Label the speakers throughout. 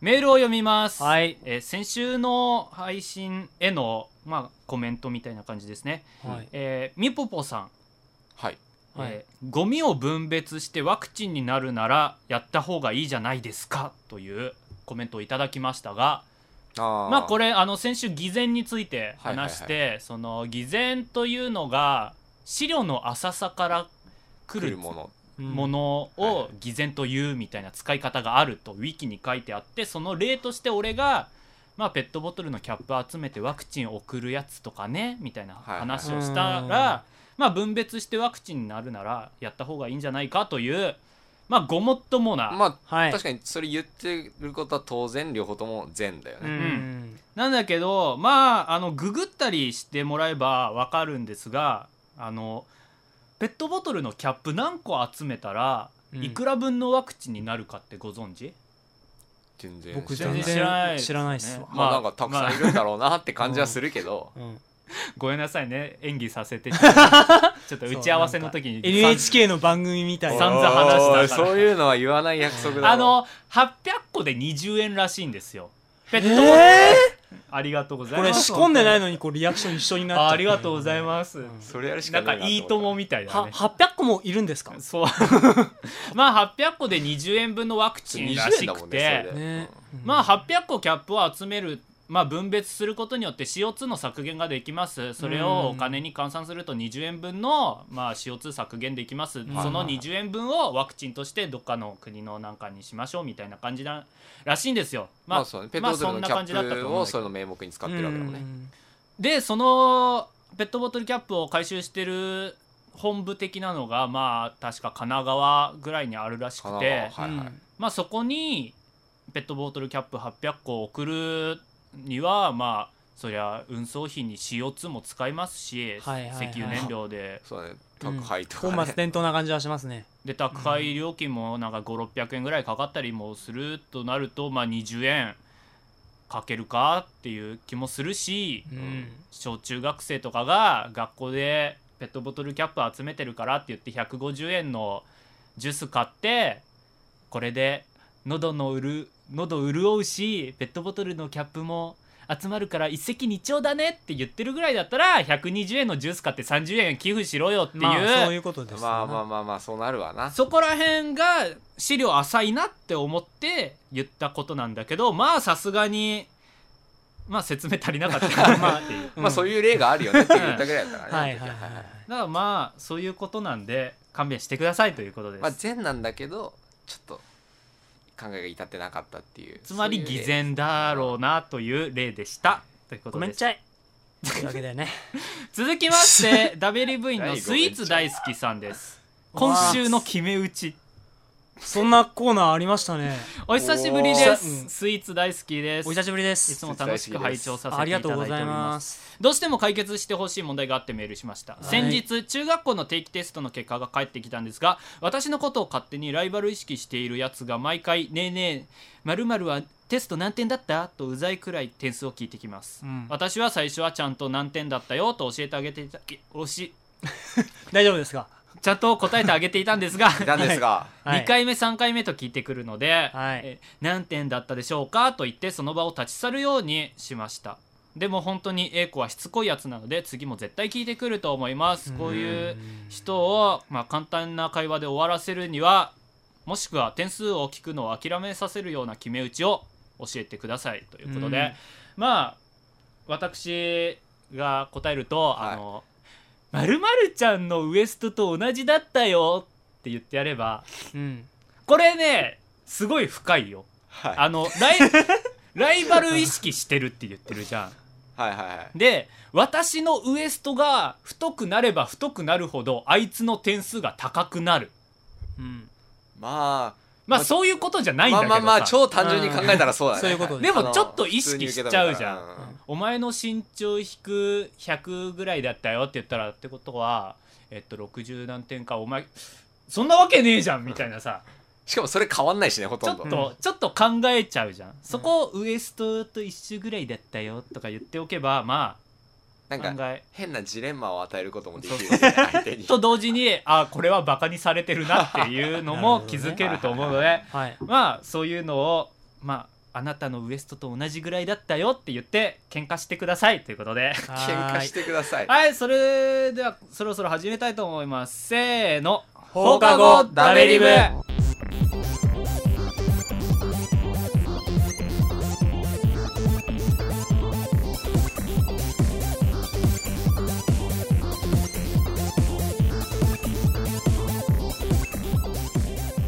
Speaker 1: メールを読みます、
Speaker 2: はい
Speaker 1: えー先週の配信への、まあ、コメントみたいな感じですね、
Speaker 2: はい
Speaker 1: えーみぽぽさん、
Speaker 3: はい
Speaker 2: はい
Speaker 1: えーゴミを分別してワクチンになるならやった方がいいじゃないですかというコメントをいただきましたが
Speaker 3: あ
Speaker 1: まあこ
Speaker 3: れ
Speaker 1: れあの先週偽善について話して、
Speaker 3: は
Speaker 1: その偽善というのが資料の浅さから来る
Speaker 3: 来るもの
Speaker 1: もの
Speaker 3: はいは
Speaker 1: を偽善というみたいな使い方があるとウィキに書いてあってその例として俺が、まあ、ペットボトルのキャップ集めてワクチン送るやつとかねみたいな
Speaker 3: はいはい
Speaker 1: 話をしたら、
Speaker 2: うん
Speaker 1: まあ、分別してワクチンになるならやった方がいいんじゃないかという、まあ、ごもっともな、
Speaker 3: ま
Speaker 2: は
Speaker 3: あ
Speaker 2: い
Speaker 3: 確かにそれ言ってることは当然両方とも善だよ
Speaker 2: う
Speaker 3: ね
Speaker 2: ん
Speaker 1: なんだけどまああのググったりしてもらえばわかるんですがあのペットボトルのキャップ何個集めたら
Speaker 2: うん
Speaker 1: いくら分のワクチンになるかってご存知、
Speaker 3: 全然
Speaker 2: 僕
Speaker 3: 知らない
Speaker 2: 全然
Speaker 1: です
Speaker 2: 知らないっすわ
Speaker 3: まあなんかたくさんいるんだろうなって感じはするけど
Speaker 2: うん
Speaker 1: ごめんなさいね演技させ てちょっと打ち合わせの時に
Speaker 2: NHK の番組みたい
Speaker 1: 散
Speaker 2: な
Speaker 1: 々話したから
Speaker 3: おいそういうのは言わない約束だろ
Speaker 1: あの800個で20円らしいんですよペットボトル、
Speaker 2: え
Speaker 1: ありがとうござい
Speaker 2: ーこ
Speaker 1: ま
Speaker 2: れ
Speaker 1: す
Speaker 2: 仕込んでないのにこうリアクション一緒になっちゃっ
Speaker 1: あ
Speaker 2: た
Speaker 1: ありがとうございます、
Speaker 2: ん
Speaker 3: それやるし
Speaker 1: なん
Speaker 3: かな
Speaker 1: か
Speaker 3: いない
Speaker 1: いともみたいだ
Speaker 2: は
Speaker 1: ね
Speaker 2: 800個もいるんですか
Speaker 1: そう まあ800個で20円分のワクチンら
Speaker 3: 20
Speaker 1: し
Speaker 3: 円だも
Speaker 1: く
Speaker 3: ん
Speaker 1: て、
Speaker 3: ねそれで
Speaker 2: ね
Speaker 1: まあ800個キャップを集める、まあ、分別することによって CO2 の削減ができますそれをお金に換算すると20円分の、まあ、CO2 削減できます、その20円分をワクチンとしてどっかの国のなんかにしましょうみたいな感じならしいんですよ。
Speaker 3: まあそうねペットボトルのキ
Speaker 1: まあ
Speaker 3: ャップをそ
Speaker 1: の
Speaker 3: の名目に使
Speaker 2: う
Speaker 3: っ
Speaker 2: ん
Speaker 3: てるわけだもんね
Speaker 1: でそのペットボトルキャップを回収してる本部的なのがまあ確か神奈川ぐらいにあるらしく
Speaker 3: 神
Speaker 1: て
Speaker 3: 奈。川はいはい
Speaker 1: まあ、そこにペットボトルキャップ800個送るにはまあそりゃ運送費に CO2 も使いますし、
Speaker 2: はいはいはい
Speaker 1: 石油燃料で
Speaker 3: そうだね
Speaker 2: うん
Speaker 3: 宅配と
Speaker 2: 本
Speaker 3: か
Speaker 2: 末
Speaker 3: ね
Speaker 2: 転倒な感じはしますね
Speaker 1: で宅配料金もなんか5600円ぐらいかかったりもするとなると、まあ、20円かけるかっていう気もするし、
Speaker 2: うん
Speaker 1: 小中学生とかが学校でペットボトルキャップ集めてるからって言って150円のジュース買ってこれで喉のうる喉潤うしペットボトルのキャップも集まるから一石二鳥だねって言ってるぐらいだったら120円のジュース買って30円寄付しろよっていう,、
Speaker 2: まあそういうことですよ
Speaker 3: まあまあまあまあそうなるわな
Speaker 1: そこら辺が資料浅いなって思って言ったことなんだけどまあさすがにまあ説明足りなかったかなっていう。
Speaker 3: まあそういう例があるよねって言ったぐらいだから
Speaker 2: は
Speaker 3: ね
Speaker 2: いはいはいはい
Speaker 1: だからまあそういうことなんで勘弁してくださいということです、
Speaker 3: まあ善なんだけどちょっと考えが至ってなかったっていう
Speaker 1: つまり
Speaker 3: そういう
Speaker 1: 偽
Speaker 3: 例
Speaker 1: 善だろうなという例でしたというこ
Speaker 2: ご
Speaker 1: と
Speaker 2: めん
Speaker 1: で
Speaker 2: ち
Speaker 1: す
Speaker 2: ゃいというわけでね
Speaker 1: 続きまして WV のスイーツ大好きさんです今週の決め打ち
Speaker 2: そんなコーナーありましたね
Speaker 1: お久しぶりです、
Speaker 2: おーうん
Speaker 1: スイーツ大好きです
Speaker 2: お久しぶりで
Speaker 1: い
Speaker 2: す
Speaker 1: つも楽しく拝聴させ
Speaker 2: あ
Speaker 1: てい
Speaker 2: り
Speaker 1: ただ
Speaker 2: が
Speaker 1: いて
Speaker 2: と
Speaker 1: お
Speaker 2: う
Speaker 1: り
Speaker 2: ござい
Speaker 1: ま
Speaker 2: ますす
Speaker 1: どうしても解決してほしい問題があってメールしました、
Speaker 2: い
Speaker 1: 先日中学校の定期テストの結果が返ってきたんですが私のことを勝手にライバル意識しているやつが毎回「ねえねえ〇〇はテスト何点だった?」とうざいくらい点数を聞いてきます、
Speaker 2: うん
Speaker 1: 私は最初はちゃんと何点だったよと教えてあげていたおし
Speaker 2: 大丈夫ですか
Speaker 1: ちゃんと答えてあげていたん ですが
Speaker 3: いたんですが
Speaker 2: はい
Speaker 1: 2回目3回目と聞いてくるので、
Speaker 2: はい
Speaker 1: え何点だったでしょうかと言ってその場を立ち去るようにしましたでも本当に A 子はしつこいやつなので次も絶対聞いてくると思いますこういう人を、まあ、簡単な会話で終わらせるにはもしくは点数を聞くのを諦めさせるような決め打ちを教えてくださいということで、
Speaker 2: うん
Speaker 1: まあ私が答えると、
Speaker 3: はい
Speaker 1: あのまるまるちゃんのウエストと同じだったよって言ってやれば
Speaker 2: うん
Speaker 1: これねすごい深いよ
Speaker 3: はい
Speaker 1: あのライ ライバル意識してるって言ってるじゃ
Speaker 3: はいはいはい
Speaker 1: んで私のウエストが太くなれば太くなるほどあいつの点数が高くなる
Speaker 2: うん
Speaker 3: ま
Speaker 1: まあ
Speaker 3: まあ
Speaker 1: そういうことじゃ
Speaker 3: あ
Speaker 1: ないん
Speaker 3: ま
Speaker 1: だ
Speaker 3: あ
Speaker 1: けど
Speaker 3: まあ
Speaker 1: さ、
Speaker 3: まあ超単純に考えたらそうだね
Speaker 2: そういう こと
Speaker 1: でも
Speaker 3: あの
Speaker 1: ちょっと意識しちゃうじゃん
Speaker 3: 普通に受け止めたらうん
Speaker 1: お前の身長引く100ぐらいだったよって言ったらってことはえっと60何点かお前そんなわけねえじゃんみたいなさ
Speaker 3: しかもそれ変わんないしねほ
Speaker 1: ち
Speaker 3: と
Speaker 1: ょ
Speaker 3: ん
Speaker 1: っ
Speaker 3: ど
Speaker 1: と、ちょっと考えちゃうじゃんそこをウエストと一緒ぐらいだったよとか言っておけばま
Speaker 3: な
Speaker 1: あ考
Speaker 3: んか
Speaker 1: え
Speaker 3: 変なジレンマを与えることもできるよね相手に
Speaker 1: と同時にあこれはバカにされてるなっていうのも気づけると思うので、
Speaker 2: はい。
Speaker 1: まあそういうのをまああなたのウエストと同じぐらいだったよって言って喧嘩してくださいということで
Speaker 3: 喧嘩しててください
Speaker 1: はいそれではそろそろ始めたいと思いますせーの
Speaker 2: 放課後
Speaker 3: ダベリブ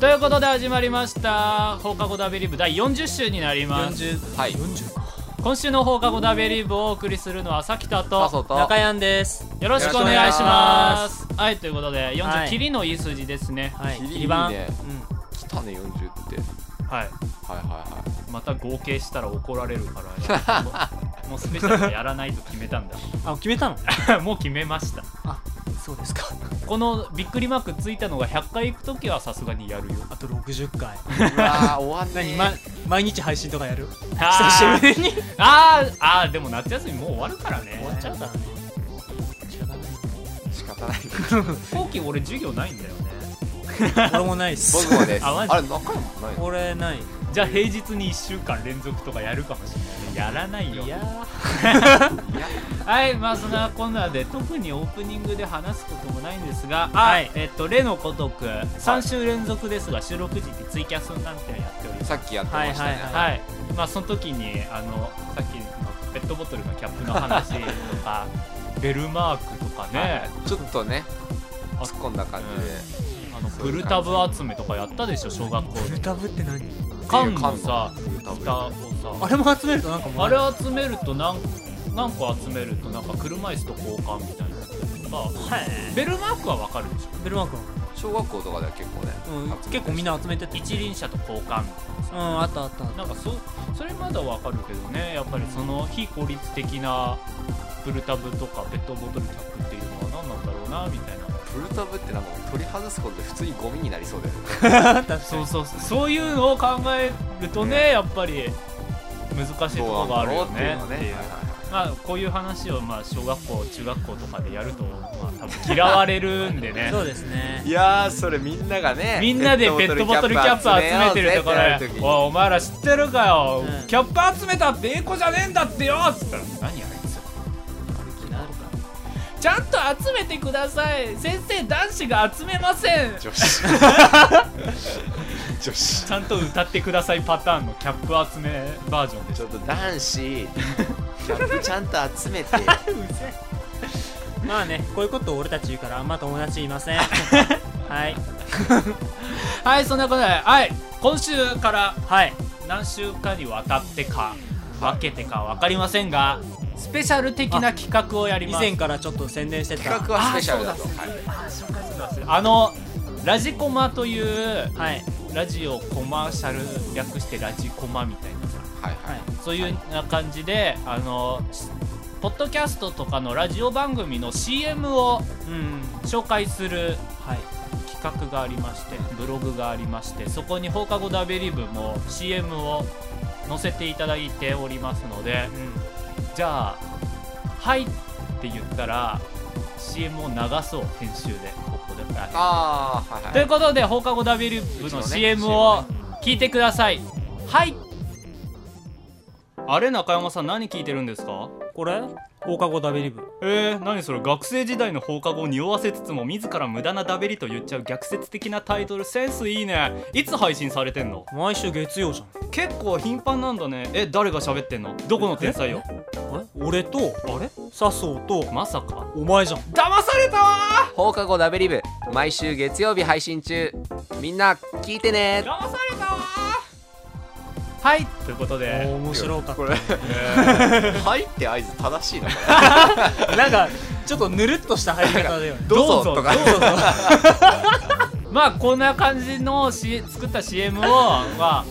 Speaker 1: ということで始まりました放課後ダベリブ第40週になります
Speaker 2: 40
Speaker 3: はい
Speaker 2: 40か。
Speaker 1: 今週の放課後ダベリブをお送りするのはさきた
Speaker 3: パ
Speaker 1: と
Speaker 3: ソと
Speaker 2: 中山です。
Speaker 1: よろしくお願いしますはいということで40、
Speaker 2: はい
Speaker 1: キリのいい数字ですね
Speaker 2: はい。
Speaker 3: キリいい
Speaker 1: 一番
Speaker 3: ね
Speaker 2: うん。
Speaker 3: 来たね40って
Speaker 1: はい
Speaker 3: はいはいはい
Speaker 1: また合計したら怒られるからやめとこう もうスペシャルはやらないと決めたん
Speaker 2: あ、決めたの
Speaker 1: だもう決めました
Speaker 2: あ、 そうですか。
Speaker 1: このびっくりマークついたのが100回行く時はさすがにやるよ
Speaker 2: あと60回。
Speaker 3: うわー終わん
Speaker 2: 何、
Speaker 3: ね
Speaker 2: ま、毎日配信とかやる
Speaker 1: あー
Speaker 2: 久しぶりに。
Speaker 1: あーあーでも夏休みもう終わるからね
Speaker 2: 終わっちゃうからね。仕方な
Speaker 3: 仕方ない
Speaker 1: 後期俺授業ないんだよね
Speaker 2: い。俺もないっす。
Speaker 3: 僕もです
Speaker 1: あマ
Speaker 3: あ
Speaker 1: ジ
Speaker 3: れ仲良くないの
Speaker 2: 俺ない。
Speaker 1: じゃあ平日に1週間連続とかやるかもしれないやらないよ
Speaker 2: いや
Speaker 3: いや
Speaker 1: はいまあそんなこんなで特にオープニングで話すこともないんですがあ、
Speaker 2: はい
Speaker 1: えっと例のごとく3週連続ですが収録時にツイキャスなんてやっております
Speaker 3: さっきやってました
Speaker 2: は
Speaker 3: ね
Speaker 2: いは
Speaker 1: は
Speaker 2: い
Speaker 1: いまあその時にあのさっきのペットボトルのキャップの話とかベルマークとかね
Speaker 3: ちょっとね
Speaker 1: あ
Speaker 3: 突っ込んだ感じで
Speaker 1: あのプルタブ集めとかやったでしょ小学校
Speaker 2: ー。
Speaker 1: で
Speaker 2: ルタブって何
Speaker 1: 缶のさ
Speaker 3: 缶の
Speaker 1: 蓋をさ
Speaker 2: あれも集めるとなんかも
Speaker 1: あ
Speaker 2: らえる
Speaker 1: れ集めると何何個集めるとなんか車椅子と交換みたいなやつとか
Speaker 2: はい。
Speaker 1: ベルマークはわかるでしょ
Speaker 2: ベルマークの
Speaker 3: 小学校とかでは結構ね
Speaker 2: うん、
Speaker 3: 集めて
Speaker 2: 結構みんな集めてて
Speaker 1: 一輪車と交換み
Speaker 2: うんあったあったあった
Speaker 1: いななんかそそれまだわかるけどねやっぱりその非効率的なプルタブとかペットボトルキャップっていうのは何なんだろうなみたいな
Speaker 3: プルタブってなんか取り外すことで普通にゴミになりそうだよね
Speaker 1: そうそうそうそういうのを考えるとねやっぱり難しいところがあるよね
Speaker 3: そうなん
Speaker 1: っ
Speaker 3: だろうってて
Speaker 1: い
Speaker 3: いううのはね
Speaker 1: まあこういう話をまあ小学校中学校とかでやるとまあ多分嫌われるんでね
Speaker 2: そうですね
Speaker 3: いやーそれみんながね
Speaker 1: みんなでペットボトルキャップ集めてるところ
Speaker 3: や
Speaker 1: で「おいお前ら知ってるかよ、
Speaker 2: うん
Speaker 1: キャップ集めたってええ子じゃねえんだってよ」っつったら「何あいつちゃんと集めてください先生男子が集めません」
Speaker 3: 女子女子
Speaker 1: ちゃんと歌ってくださいパターンのキャップ集めバージョンでし
Speaker 3: ち
Speaker 1: ょ
Speaker 3: ょっと男子 キャップちゃんと集めて
Speaker 2: まあねこういうことを俺たち言うからあんま友達いま せんはい
Speaker 1: はいそんなことではい今週から
Speaker 2: はい
Speaker 1: 何週かにわたってか分けてか分かりませんがスペシャル的な企画をやり
Speaker 2: 以
Speaker 1: ます
Speaker 2: 前からちょっと宣伝してた
Speaker 3: 企画はスペシャルだと
Speaker 1: あそう
Speaker 3: はい
Speaker 1: あのラジコマという
Speaker 2: はい
Speaker 1: ラジオコマーシャル略してラジコマみたいなさ
Speaker 3: はい
Speaker 2: は
Speaker 3: はいい
Speaker 1: そういうな感じで、あのしポッドキャストとかのラジオ番組の CM を
Speaker 2: うん
Speaker 1: 紹介する
Speaker 2: はい
Speaker 1: 企画がありましてブログがありましてそこに放課後ダベリブも CM を載せていただいておりますので
Speaker 2: う
Speaker 1: じゃあ「はい」って言ったら CM を流そう編集でここで
Speaker 3: ああはい
Speaker 1: と
Speaker 3: はいいう
Speaker 1: ことで放課後ダビリップの
Speaker 3: うちのね
Speaker 1: CM を聞いてくださいはいあれ中山さん何聞いてるんですか
Speaker 2: んこれ放課後ダビリブ
Speaker 1: えー、何それ学生時代の放課後を匂わせつつも自ら無駄なダベリと言っちゃう逆説的なタイトルセンスいいねいつ配信されてんの
Speaker 2: 毎週月曜じゃん
Speaker 1: 結構頻繁なんだねえ誰が喋ってんのどこの天才よ
Speaker 2: え俺と
Speaker 1: あれ
Speaker 2: 笹生と
Speaker 1: まさか
Speaker 2: お前じゃん
Speaker 1: 騙されたわ
Speaker 3: 放課後ダベリブ毎週月曜日配信中みんな聞いてね
Speaker 1: 騙されたわはいということ
Speaker 2: おー
Speaker 1: で、
Speaker 2: 面白かっ
Speaker 3: こ れ
Speaker 1: えー
Speaker 3: 入って合図正しいのか
Speaker 2: たなんかちょっとぬるっとした入り方だよ ね
Speaker 3: どうぞとか
Speaker 1: どうぞ まあこんな感じのし作った CM をまあ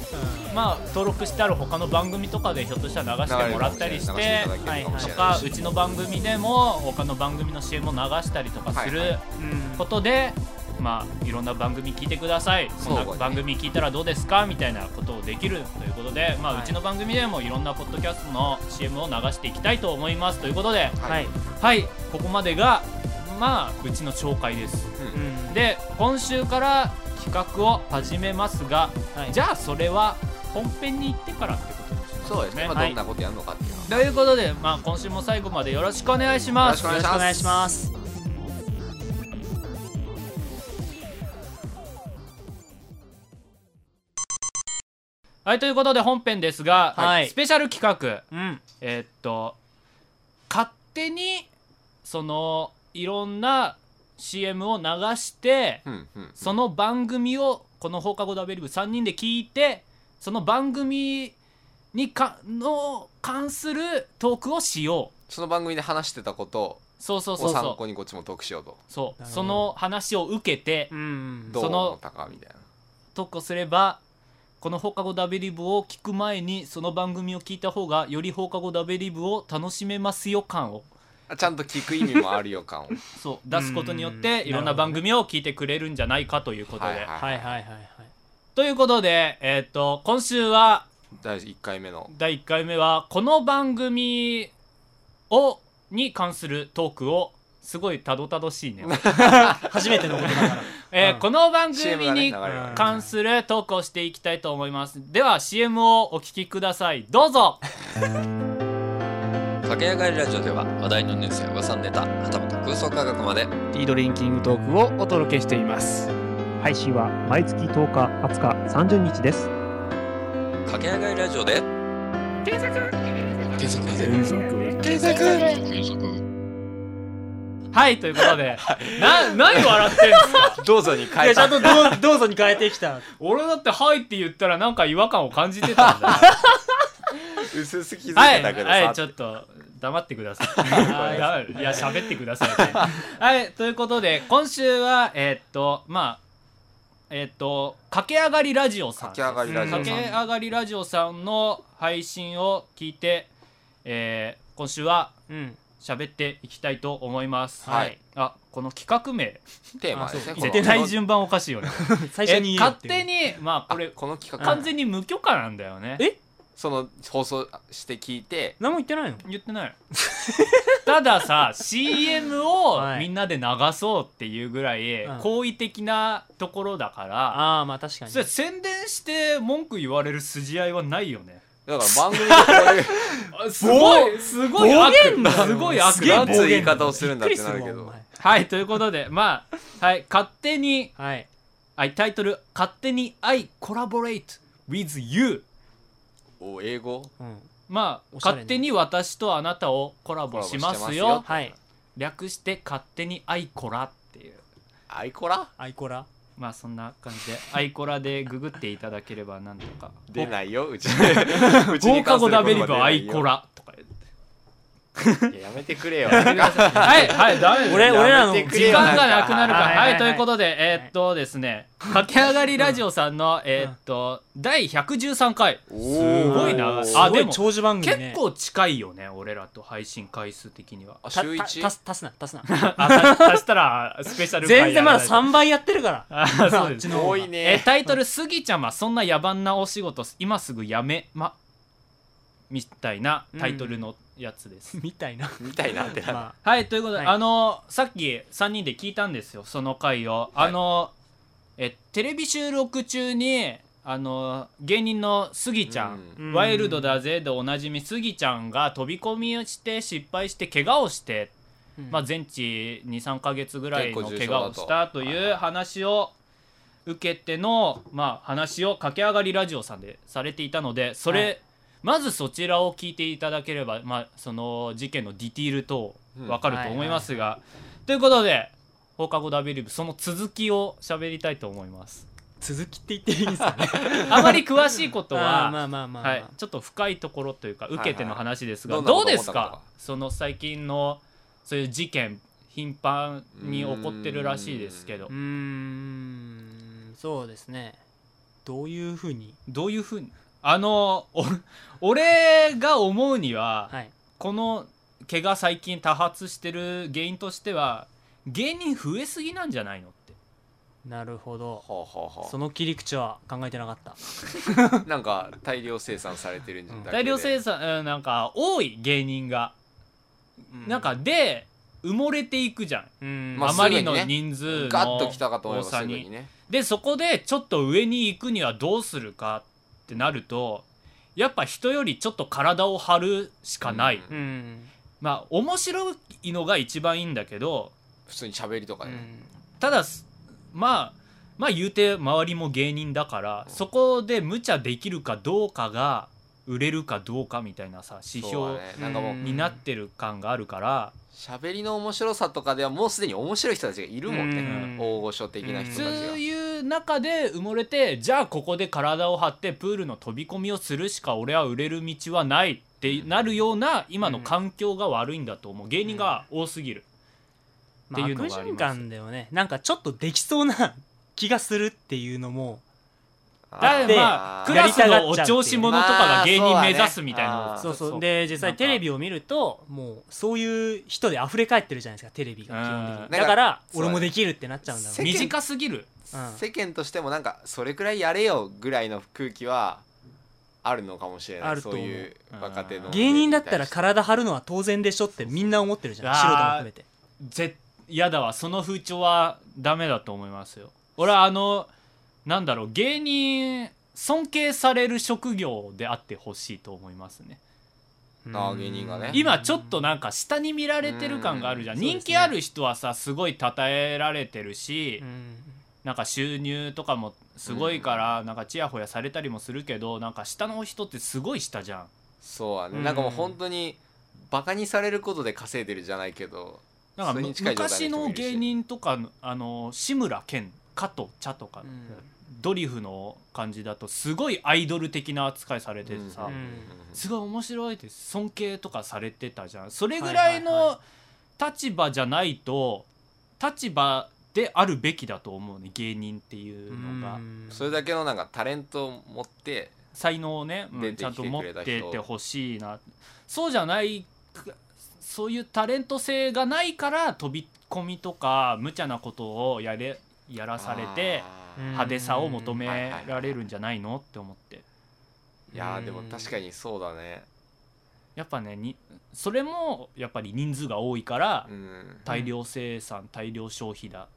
Speaker 1: まあ登録してある他の番組とかでひょっとしたら流してもらったりして
Speaker 3: 流れるかもしれない流していただけるかもし
Speaker 1: と
Speaker 3: れない
Speaker 1: か
Speaker 3: し
Speaker 1: うちの番組でも他の番組の CM を流したりとかす
Speaker 3: はい
Speaker 1: る
Speaker 2: うんうん
Speaker 1: ことで、まあいろんな番組聞いてくださいそんな
Speaker 3: そうだね
Speaker 1: 番組聞いたらどうですかみたいなことをできるということで、まあ、
Speaker 2: はいう
Speaker 1: ちの番組でもいろんなポッドキャストの CM を流していきたいと思いますということで
Speaker 2: は
Speaker 3: はいい
Speaker 1: はいここまでがまあうちの紹介です
Speaker 2: うん
Speaker 1: で今週から企画を始めますが
Speaker 2: はい
Speaker 1: じゃあそれは本編に行ってからってことにします
Speaker 3: そうですね、まあ、
Speaker 1: はい
Speaker 3: どんなことやるのかっていうのは、
Speaker 1: ということで、まあ、今週も最後までよろしくお願いし
Speaker 3: よ
Speaker 1: ま
Speaker 3: ろし
Speaker 1: す
Speaker 3: くお願いし
Speaker 2: よろしく
Speaker 3: ま
Speaker 2: お願いし
Speaker 3: す
Speaker 2: ます
Speaker 1: はいということで本編ですが、
Speaker 2: はい
Speaker 1: スペシャル企画
Speaker 2: うん
Speaker 1: えーっと勝手にそのいろんな CM を流して、
Speaker 3: うんうん
Speaker 1: その番組をこの放課後ダベリブ3人で聞いてその番組にかの関するトークをしよう
Speaker 3: その番組で話してたこと
Speaker 1: そうそうそ
Speaker 3: を
Speaker 1: う
Speaker 3: 参
Speaker 1: そ
Speaker 3: 考
Speaker 1: う
Speaker 3: にこっちもトークしようと
Speaker 1: そう
Speaker 2: なるほど
Speaker 1: その話を受けて
Speaker 2: うん
Speaker 3: どう
Speaker 1: その
Speaker 3: 思ったかみたいな
Speaker 1: トークをすればこの放課後ダベリブを聞く前にその番組を聞いた方がより放課後ダベリブを楽しめますよ感を
Speaker 3: あちゃんと聞く意味もあるよ 感を
Speaker 1: そう出すことによっ
Speaker 2: う
Speaker 1: て
Speaker 2: ん
Speaker 1: いろんな番組を聞いてくれるんじゃないかということで。
Speaker 3: はいはい
Speaker 2: はいはいはいはい
Speaker 1: ということで、えーっと今週は
Speaker 3: 第1回目の
Speaker 1: 第1回目はこの番組をに関するトークをすごいたどたどしいね、
Speaker 2: 初めてのことだから
Speaker 1: えー
Speaker 2: うん
Speaker 1: この番
Speaker 3: CM
Speaker 1: 組
Speaker 3: がね流れ
Speaker 1: に
Speaker 3: るから
Speaker 1: 関するトークをしていきたいと思いますでは CM をお聞きくださいどうぞ
Speaker 4: 駆け上がりラジオでは話題のニュースや噂のネタはたまた空想科学まで
Speaker 5: ティードリンキングトークをお届けしています
Speaker 6: 配信は毎月10日、20日、30日です。
Speaker 4: 駆け上がりラジオで検索検索
Speaker 1: はいということでな何笑ってんすか
Speaker 3: どうぞに
Speaker 2: い
Speaker 3: 変え
Speaker 2: やちゃ
Speaker 3: た
Speaker 2: んとどうどうぞに変えてきた
Speaker 1: 俺だって「はい」って言ったらなんか違和感を感じてたん だよ
Speaker 3: 薄々気づいて
Speaker 1: はい、
Speaker 3: たけどさ、
Speaker 1: はい、ちょっと黙ってくだ さいはいいや喋ってください、はいということで今週はえーっとまあえーっと駆け上がりラジオさん
Speaker 3: 駆け上がりラジオさん
Speaker 1: 駆け上がりラジオさんの配信を聞いて、えー今週は
Speaker 2: うん
Speaker 1: 喋っていきたいと思います
Speaker 3: はい
Speaker 1: あこの企画名
Speaker 3: テーマですね
Speaker 1: 言ってない順番おかしいよね
Speaker 2: 最初
Speaker 1: え
Speaker 2: に言えよっ
Speaker 1: 勝
Speaker 2: ていう
Speaker 1: 手にまあこ
Speaker 3: これ
Speaker 1: れ
Speaker 3: この企画
Speaker 1: 完全に無許可なんだよね
Speaker 2: え
Speaker 3: その放送して聞いて
Speaker 2: 何も言ってないの
Speaker 1: 言ってない たださ CM を
Speaker 2: はい
Speaker 1: みんなで流そうっていうぐらい
Speaker 2: うん
Speaker 1: 好意的なところだから、
Speaker 2: ああまあ確かに
Speaker 1: それ宣伝して文句言われる筋合いはないよね
Speaker 3: だから番組でこれ
Speaker 1: すごいすごい悪すごい悪
Speaker 3: すげえ
Speaker 1: なん
Speaker 3: 暴
Speaker 1: つう
Speaker 3: 言言い方をするんだって
Speaker 2: びくり
Speaker 3: な
Speaker 2: す
Speaker 3: る
Speaker 2: わ
Speaker 3: け
Speaker 2: お
Speaker 3: ど
Speaker 2: 前
Speaker 1: はいということでまあ、はい、勝手に
Speaker 2: はい
Speaker 1: あタイトル「勝手に I collaborate with you
Speaker 3: お英語」
Speaker 2: うん
Speaker 1: まあ、
Speaker 2: おしゃれね
Speaker 1: 勝手に私とあなたをコラボしま
Speaker 3: コラボ
Speaker 1: す
Speaker 3: してます
Speaker 1: よ
Speaker 3: よ
Speaker 2: はい
Speaker 1: 略して「勝手に I コラ」っていう
Speaker 3: アイコラ
Speaker 2: アイコラ
Speaker 1: まあそんな感じでアイコラでググっていただければなんとか
Speaker 3: 出ないようちにう ち
Speaker 1: 放
Speaker 3: に
Speaker 1: 課
Speaker 3: 関
Speaker 1: 後
Speaker 3: する言葉
Speaker 1: ダベリブアイ
Speaker 3: 出ないよ
Speaker 1: コラとか言って
Speaker 3: いややめてくれよ
Speaker 1: はい はいダメです
Speaker 2: 俺俺らの
Speaker 3: やめてく
Speaker 1: 時
Speaker 3: れよ
Speaker 1: 間がなくなるから
Speaker 2: はい
Speaker 1: は
Speaker 2: はいい、
Speaker 1: ということでえーっとですね駆け上がりラジオさんのえーっと第113回
Speaker 3: お
Speaker 1: す
Speaker 3: ー
Speaker 1: ごいな
Speaker 2: す
Speaker 1: あ
Speaker 2: ご
Speaker 1: で
Speaker 2: い
Speaker 1: も
Speaker 2: 長寿番組
Speaker 1: 結
Speaker 2: ね
Speaker 1: 構近いよね俺らと配信回数的には
Speaker 3: あ
Speaker 2: た
Speaker 3: 週
Speaker 2: た
Speaker 3: 一
Speaker 2: 足す足すな足す な
Speaker 1: あた足したらスペシャル回
Speaker 2: 全然まだ
Speaker 1: やらない
Speaker 2: 3倍やってるから
Speaker 1: あそうです
Speaker 2: の
Speaker 3: 多い
Speaker 1: え
Speaker 3: ね
Speaker 1: ータイトル「スギちゃまそんな野蛮なお仕事今すぐやめま」みたいなタイトルのやつです、
Speaker 2: みたいな
Speaker 3: みたいなってな
Speaker 2: ま
Speaker 1: はいということで、
Speaker 2: はい
Speaker 1: あのさっき3人で聞いたんですよその回を、あのえテレビ収録中にあの芸人のスギちゃん、
Speaker 2: うん
Speaker 1: ワイルドだぜでおなじみスギちゃんが飛び込みをして失敗して怪我をして
Speaker 2: あうん
Speaker 1: まあ、全治23か月ぐらいの
Speaker 3: 結構
Speaker 1: 怪
Speaker 3: 重傷
Speaker 1: 我
Speaker 3: だ
Speaker 1: を
Speaker 3: と
Speaker 1: したという話を受けての、まあ、話を駆け上がりラジオさんでされていたのでそれ、
Speaker 2: はい
Speaker 1: まずそちらを聞いていただければ、まあ、その事件のディティール等わかると思いますが、ということで放課後ダビリブその続きを喋りたいと思います
Speaker 2: 続きって言っていいんです かね
Speaker 1: あまり詳しいこと は
Speaker 2: あーまあまあまあまあ
Speaker 1: はい、ちょっと深いところというか受けての話ですが、
Speaker 3: はいは
Speaker 1: ど
Speaker 3: いど
Speaker 1: うんで
Speaker 3: なこと
Speaker 1: す
Speaker 3: 思った
Speaker 1: か
Speaker 3: のか
Speaker 1: その最近のそういう事件頻繁に起こってるらしいですけど
Speaker 2: うーんそうですねどういうふうに
Speaker 1: どういうふうにあのお俺が思うには、
Speaker 2: はい
Speaker 1: この怪我最近多発してる原因としては芸人増えすぎなんじゃないのって
Speaker 2: なるほど
Speaker 3: ほうほうほう
Speaker 2: その切り口は考えてなかった
Speaker 3: なんか大量生産されてるんじゃ
Speaker 2: うん
Speaker 3: だけ
Speaker 1: 大
Speaker 3: で
Speaker 1: 量生産うんなんか多い芸人が、なんかで埋もれていくじゃん、
Speaker 2: うん
Speaker 3: ま
Speaker 1: あ
Speaker 3: あ
Speaker 1: まり
Speaker 3: すぐ
Speaker 1: の
Speaker 3: にね
Speaker 1: 人数の
Speaker 3: ガッときたかと思い
Speaker 1: 多
Speaker 3: ます
Speaker 1: さ
Speaker 3: すぐ
Speaker 1: に
Speaker 3: にね
Speaker 1: でそこでちょっと上に行くにはどうするかっってなるとやっぱ人よりちょっと体を張るしかない、
Speaker 3: うん
Speaker 2: うん
Speaker 1: まあ面白いのが一番いいんだけど
Speaker 3: 普通に喋りとか
Speaker 2: う
Speaker 3: ね、
Speaker 2: ん
Speaker 1: ただすまあまあ言うて周りも芸人だからそこで無茶できるかどうかが売れるかどうかみたいなさ指
Speaker 3: そう
Speaker 1: 標
Speaker 3: だねなんかもう
Speaker 2: うん
Speaker 1: になってる感があるから、
Speaker 3: 喋りの面白さとかではもうすでに面白い人たちがいるもんね、
Speaker 2: うん
Speaker 3: 大御所的な人たちが、
Speaker 1: そういう中で埋もれてじゃあここで体を張ってプールの飛び込みをするしか俺は売れる道はないってなるような今の環境が悪いんだと思う芸人が多すぎる、
Speaker 2: まあ
Speaker 1: ってい
Speaker 2: 悪
Speaker 1: うのがあります
Speaker 2: 循環だよねなんかちょっとできそうな 気がするっていうのも
Speaker 3: あ
Speaker 1: だ
Speaker 3: ー
Speaker 1: からまあ
Speaker 2: で
Speaker 1: クラスのお
Speaker 2: やりたがっちゃう
Speaker 1: 調
Speaker 2: ってい
Speaker 1: 子
Speaker 2: う
Speaker 1: 者とかが芸人
Speaker 3: まあ
Speaker 1: 目指すみたい
Speaker 3: あ
Speaker 1: な
Speaker 3: ー
Speaker 2: そうそう
Speaker 1: で
Speaker 2: で実
Speaker 1: な
Speaker 2: 際
Speaker 1: んか
Speaker 2: テレビを見るともうそういう人で溢れ返ってるじゃないですかテレビが基本的
Speaker 1: うん
Speaker 2: にだから
Speaker 3: そうだ
Speaker 2: 俺
Speaker 3: ね
Speaker 2: もできるってなっちゃうんだろうね
Speaker 3: 世間
Speaker 1: 短すぎる
Speaker 2: うん
Speaker 3: 世間としてもなんかそれくらいやれよぐらいの空気はあるのかもしれない
Speaker 2: あると
Speaker 3: そう
Speaker 2: 思う
Speaker 3: いう若手の
Speaker 2: 芸人だったら体張るのは当然でしょってみんな思ってるじゃん
Speaker 1: あー
Speaker 2: 素人も含めて
Speaker 1: ぜやだわその風潮はダメだと思いますよ俺はあのなんだろう芸人尊敬される職業であってほしいと思いますね
Speaker 3: あー芸人がね
Speaker 1: 今ちょっとなんか下に見られてる感があるじゃん、
Speaker 2: うん
Speaker 1: 人気ある人はさすごい称えられてるし、
Speaker 2: うん
Speaker 1: なんか収入とかもすごいからなんかちやほやされたりもするけどなんか下の人ってすごい下じゃん
Speaker 3: そうはね、
Speaker 2: うん
Speaker 3: なんかもう本当にバカにされることで稼いでるじゃないけど
Speaker 1: なんか
Speaker 3: それ
Speaker 1: む
Speaker 3: に近い状
Speaker 1: 昔
Speaker 3: 態の人も
Speaker 1: の
Speaker 3: いるし
Speaker 1: 芸人とかのあの志村けん加藤茶とか、ドリフの感じだとすごいアイドル的な扱いされててさ、
Speaker 3: うん
Speaker 1: すごい面白いって尊敬とかされてたじゃんそれぐらい
Speaker 2: はい
Speaker 1: の立場じゃないと立場であるべきだと思うね芸人っていうのが
Speaker 2: うん
Speaker 3: それだけのなんかタレントを持って
Speaker 1: 才能をね、うん
Speaker 3: 出てき
Speaker 1: ち
Speaker 3: て
Speaker 1: ゃんと持っ
Speaker 3: くれた
Speaker 1: て
Speaker 3: 人
Speaker 1: てほしいなそうじゃないそういうタレント性がないから飛び込みとか無茶なことをやれやらされて
Speaker 3: あ
Speaker 2: うん
Speaker 3: ー
Speaker 1: 派手さを求められるんじゃないのって思って
Speaker 3: いやーでも確かにそうだね
Speaker 1: やっぱねにそれもやっぱり人数が多いから
Speaker 3: うん
Speaker 1: 大量生産大量消費だ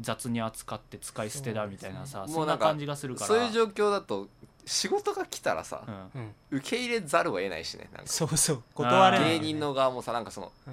Speaker 1: 雑に扱って使い捨てだみたいなさそ,、
Speaker 3: そうですねも
Speaker 1: ん
Speaker 3: う
Speaker 1: な
Speaker 3: なんか
Speaker 1: 感じがするから
Speaker 3: そういう状況だと仕事が来たらさ、
Speaker 1: うん
Speaker 2: うん
Speaker 3: 受け入れざるを得ないしねなんか
Speaker 2: そうそう断れない
Speaker 3: 芸
Speaker 2: よね
Speaker 3: 人の側もさなんかその
Speaker 2: うん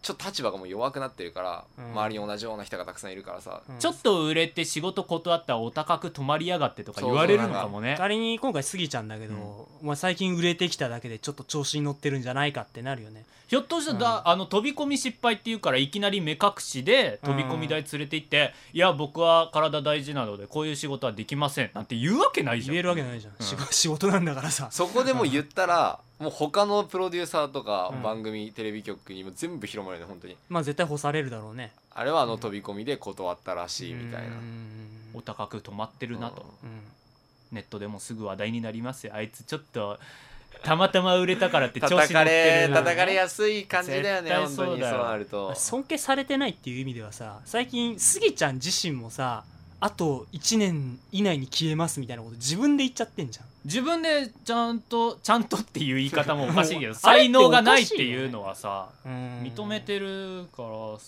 Speaker 3: ちょっと立場がもう弱くなってるから、
Speaker 2: うん
Speaker 3: 周りに同じような人がたくさんいるからさ、
Speaker 2: うん
Speaker 1: ちょっと売れて仕事断ったらお高く止まりやがってとか言われるのかもね
Speaker 2: 仮に今回スギちゃんだけど、
Speaker 1: うん
Speaker 2: お前最近売れてきただけでちょっと調子に乗ってるんじゃないかってなるよね
Speaker 1: ひょっとしたらだ、あの飛び込み失敗っていうからいきなり目隠しで飛び込み台連れて行って、いや僕は体大事なのでこういう仕事はできませんなんて言うわけないじゃん
Speaker 2: 言えるわけないじゃん、
Speaker 1: うん
Speaker 2: 仕事 仕事なんだからさ
Speaker 3: そこでもう言ったらもう他のプロデューサーとか
Speaker 2: うん
Speaker 3: 番組、テレビ局にも全部広まるよね本当に
Speaker 2: まあ絶対干されるだろうね
Speaker 3: あれはあの飛び込みで断ったらしいみたいな
Speaker 2: うん
Speaker 1: お高く止まってるなと、
Speaker 2: うん
Speaker 1: ネットでもすぐ話題になりますよあいつちょっとたまたま売れたからって調子乗っ
Speaker 3: 叩
Speaker 1: て
Speaker 3: かれ
Speaker 1: る
Speaker 3: 叩かれやすい感じだよ
Speaker 1: 絶
Speaker 3: ね
Speaker 1: 対
Speaker 3: 本
Speaker 1: そ
Speaker 3: 当
Speaker 1: う
Speaker 3: に
Speaker 1: だ
Speaker 3: そ
Speaker 1: よ
Speaker 3: うなると
Speaker 2: 尊敬されてないっていう意味ではさ最近スギちゃん自身もさあと1年以内に消えますみたいなこと自分で言っちゃってんじゃん
Speaker 1: 自分でちゃんとちゃんとっていう言い方もおかしいけど
Speaker 2: もう あれって
Speaker 1: 才能がないっていうのはさ認
Speaker 2: 認
Speaker 1: めてるから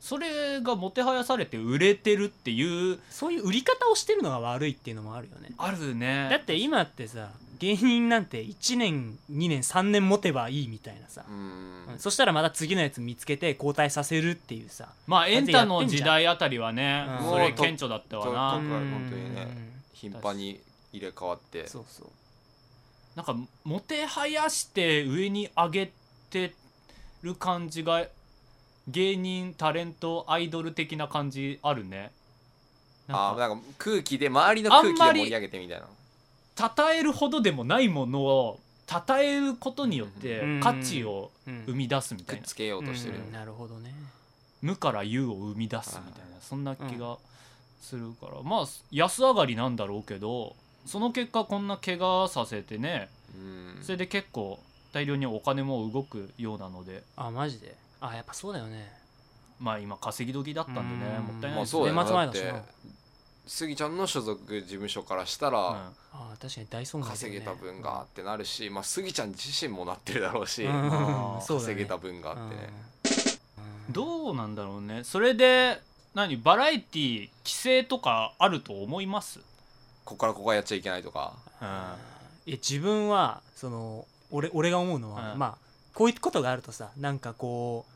Speaker 1: それがもてはやされて売れてるっていう
Speaker 2: そういう売り方をしてるのが悪いっていうのもあるよね
Speaker 1: あるね
Speaker 2: だって今ってさ芸人なんて1年2年3年持てばいいみたいなさ
Speaker 3: う、ん
Speaker 2: そしたらまた次のやつ見つけて交代させるっていうさ
Speaker 1: まあエンタの時代あたりはね
Speaker 2: うん
Speaker 1: それ顕著だったわ
Speaker 3: う
Speaker 1: なん
Speaker 2: 本
Speaker 3: 本当にね頻繁に入れ替わって
Speaker 2: そうそう
Speaker 1: なんかもてはやして上に上げてる感じが芸人タレントアイドル的な感じあるねな
Speaker 3: あ
Speaker 1: ん
Speaker 3: ー
Speaker 1: か
Speaker 3: なんか空気で周りの
Speaker 1: あ
Speaker 3: 空
Speaker 1: ん
Speaker 3: 気
Speaker 1: ま
Speaker 3: で
Speaker 1: り
Speaker 3: 盛り上げてみたいな
Speaker 1: 称えるほどでもないものを称えることによって
Speaker 2: うん
Speaker 1: 価値を
Speaker 2: うん
Speaker 1: 生み出すみた
Speaker 3: くっ
Speaker 1: いな
Speaker 3: つけようとしてる
Speaker 2: うんなるほどね
Speaker 1: 無から有を生み出すみたいなそんな気がするから、まあ安上がりなんだろうけどその結果こんな怪我させてね
Speaker 3: うん
Speaker 1: それで結構大量にお金も動くようなので
Speaker 2: あマジであやっぱそうだよね
Speaker 1: まあ今稼ぎ時だったんでね
Speaker 2: うん
Speaker 1: もったいない
Speaker 3: ま
Speaker 1: で
Speaker 3: あ
Speaker 1: す
Speaker 3: そう
Speaker 1: ね
Speaker 3: だよ
Speaker 2: 年末前
Speaker 3: ねだっ
Speaker 2: だしてな
Speaker 3: スギちゃんの所属事務所からしたら
Speaker 2: あ確かに大損害だよね
Speaker 3: 稼げた分がってなるしまあスギちゃん自身もなってるだろうし
Speaker 2: うん
Speaker 1: あー
Speaker 2: そうだね
Speaker 3: 稼げた分があってね
Speaker 1: うんどうなんだろうねそれで何バラエティ規制とかあると思います
Speaker 3: こっからここはやっちゃいけないとか
Speaker 1: うん
Speaker 2: いや自分はその俺俺が思うのは、
Speaker 1: うん
Speaker 2: まあこういうことがあるとさなんかこう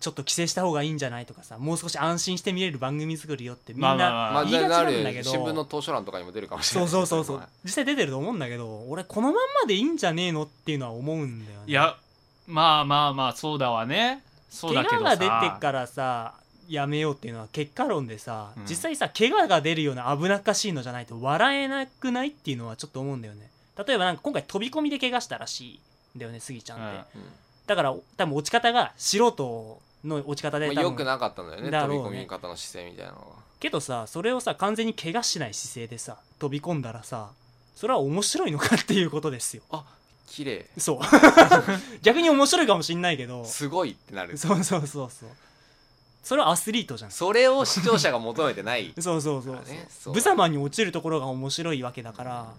Speaker 2: ちょっと規制した方がいいんじゃないとかさもう少し安心して見れる番組作りよってみん
Speaker 1: まあまあま
Speaker 2: な
Speaker 1: あ
Speaker 3: まあ
Speaker 2: 言いがちな
Speaker 3: な
Speaker 2: んだけ
Speaker 3: る
Speaker 2: ど
Speaker 3: 新聞の図書欄とかにも出るかもし
Speaker 2: そう
Speaker 3: れない
Speaker 2: そうそうそう
Speaker 3: れ
Speaker 2: 実際出てると思うんだけど俺このまんまでいいんじゃねえのっていうのは思うんだよね
Speaker 1: いやまあまあまあそうだわねそう
Speaker 2: 怪
Speaker 1: だけ
Speaker 2: 我
Speaker 1: ど
Speaker 2: が
Speaker 1: さ
Speaker 2: 出てからさやめようっていうのは結果論でさ、
Speaker 1: うん
Speaker 2: 実際さ怪我が出るような危なっかしいのじゃないと笑えなくないっていうのはちょっと思うんだよね例えばなんか今回飛び込みで怪我したらしいんだよねスギちゃんって、
Speaker 1: うん
Speaker 3: うん
Speaker 2: だから多分落ち方が素人の落ち方で
Speaker 3: ま
Speaker 2: 多
Speaker 3: あ、
Speaker 2: 分、
Speaker 3: よくなかったんだよね
Speaker 2: だ
Speaker 3: 飛
Speaker 2: ろ
Speaker 3: び
Speaker 2: うね
Speaker 3: 込み方の姿勢みたいなのが
Speaker 2: けどさそれをさ完全に怪我しない姿勢でさ飛び込んだらさそれは面白いのかっていうことですよ
Speaker 3: 綺麗
Speaker 2: そう 逆に面白いかもしんないけど
Speaker 3: すごいってなる
Speaker 2: そうそうそうそうそれはアスリートじゃん
Speaker 3: それを視聴者が求めてない
Speaker 2: そうそうそう
Speaker 3: だからね
Speaker 2: そ
Speaker 3: そうう
Speaker 2: 無様に落ちるところが面白いわけだから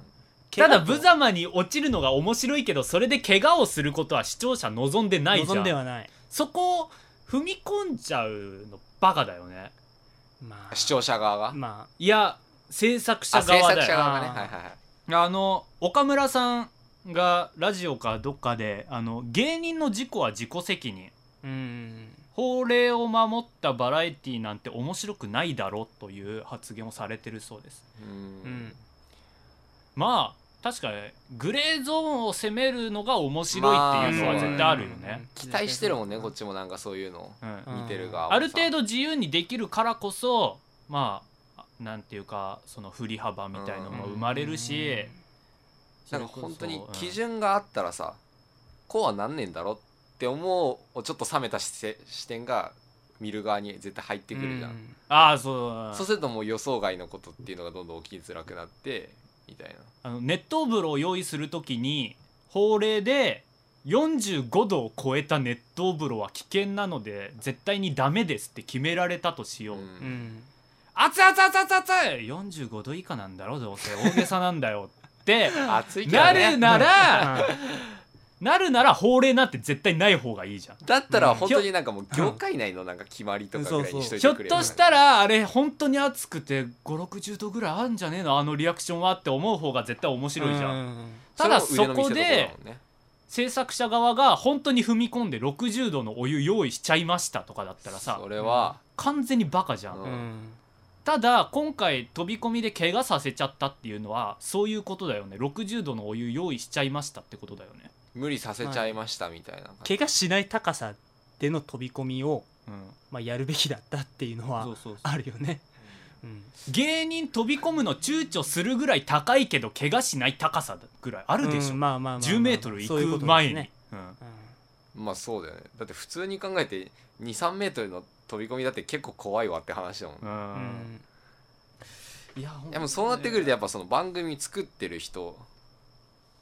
Speaker 1: ただ無様に落ちるのが面白いけどそれで怪我をすることは視聴者望んでないじ
Speaker 2: 望
Speaker 1: ゃ
Speaker 2: ん
Speaker 1: ん
Speaker 2: ではない
Speaker 1: そこを踏み込んじゃうのバカだよね
Speaker 2: まあ
Speaker 3: 視聴者側が、
Speaker 2: まあ
Speaker 1: いや制作者
Speaker 3: あ制
Speaker 1: 側
Speaker 3: 作
Speaker 1: だ
Speaker 3: 者
Speaker 1: よ
Speaker 3: 側がね
Speaker 2: あ
Speaker 3: は
Speaker 2: ー
Speaker 3: いはいはい
Speaker 1: あの岡村さんがラジオかどっかであの芸人の自己は自己責任
Speaker 2: うん
Speaker 1: 法令を守ったバラエティなんて面白くないだろという発言をされてるそうです
Speaker 3: う
Speaker 2: うんん
Speaker 1: まあ確かにグレーゾーンを攻めるのが面白いっていうのは
Speaker 3: まあ
Speaker 1: 絶対あるよね、
Speaker 3: 期待してるもんねこっ
Speaker 2: ち
Speaker 3: ちもなんかそういうの
Speaker 1: うん
Speaker 2: うん
Speaker 3: 見てる
Speaker 1: あ
Speaker 3: 側
Speaker 1: る程度自由にできるからこそまあなんていうかその振り幅みたいのも生まれるし、
Speaker 3: なんか本当に
Speaker 1: それこそ
Speaker 3: 基準があったらさ、こうはなんねえんだろって思うをちょっと冷めた視線視点が見る側に絶対入ってくるじゃん、
Speaker 1: ああそう
Speaker 3: そうするともう予想外のことっていうのがどんどん起きづらくなってみたいな
Speaker 1: あの熱湯風呂を用意するときに法令で45度を超えた熱湯風呂は危険なので絶対にダメですって決められたとしよう、
Speaker 3: うん
Speaker 2: うんうん
Speaker 1: 熱々熱々熱々45度以下なんだろうどうせ大げさなんだよって
Speaker 3: 暑 いけど
Speaker 1: な
Speaker 3: ね
Speaker 1: るならなるなら法令なんて絶対ない方がいいじゃん
Speaker 3: だったら本当になんかもう業界内のなんか決まりとかぐらいにしとい
Speaker 1: ひ
Speaker 3: て
Speaker 1: ょっ
Speaker 3: くれよ
Speaker 1: としたらあれ本当に暑くて560度ぐらいあるんじゃねえのあのリアクションはって思う方が絶対面白いじゃん、
Speaker 2: うん
Speaker 1: ただ
Speaker 3: れも
Speaker 1: そ
Speaker 3: 腕の見
Speaker 1: こ
Speaker 3: せ
Speaker 1: で
Speaker 3: 所だもんね
Speaker 1: 制作者側が本当に踏み込んで60度のお湯用意しちゃいましたとかだったらさ
Speaker 3: それは、
Speaker 1: 完全にバカじゃん、
Speaker 3: うん
Speaker 2: うん
Speaker 1: ただ今回飛び込みで怪我させちゃったっていうのはそういうことだよね60度のお湯用意しちゃいましたってことだよね、
Speaker 3: 無理させちゃいましたみたいな感じ、
Speaker 2: 怪我しない高さでの飛び込みを
Speaker 1: うん、
Speaker 2: まあやるべきだったっていうのは
Speaker 1: そうそうそう
Speaker 2: あるよねうん
Speaker 1: 芸人飛び込むの躊躇するぐらい高いけど怪我しない高さぐらいあるでしょ、
Speaker 2: うんまあまあまあまあ
Speaker 1: 10メートル
Speaker 2: そうい
Speaker 1: 行く
Speaker 2: うことです
Speaker 1: 前に
Speaker 2: ね
Speaker 1: うん
Speaker 2: うん
Speaker 3: まあそうだよねだって普通に考えて23メートルの飛び込みだって結構怖いわって話だもん、
Speaker 1: う
Speaker 2: うんん
Speaker 1: いや本当にね
Speaker 3: でもそうなってくるとやっぱその番組作ってる人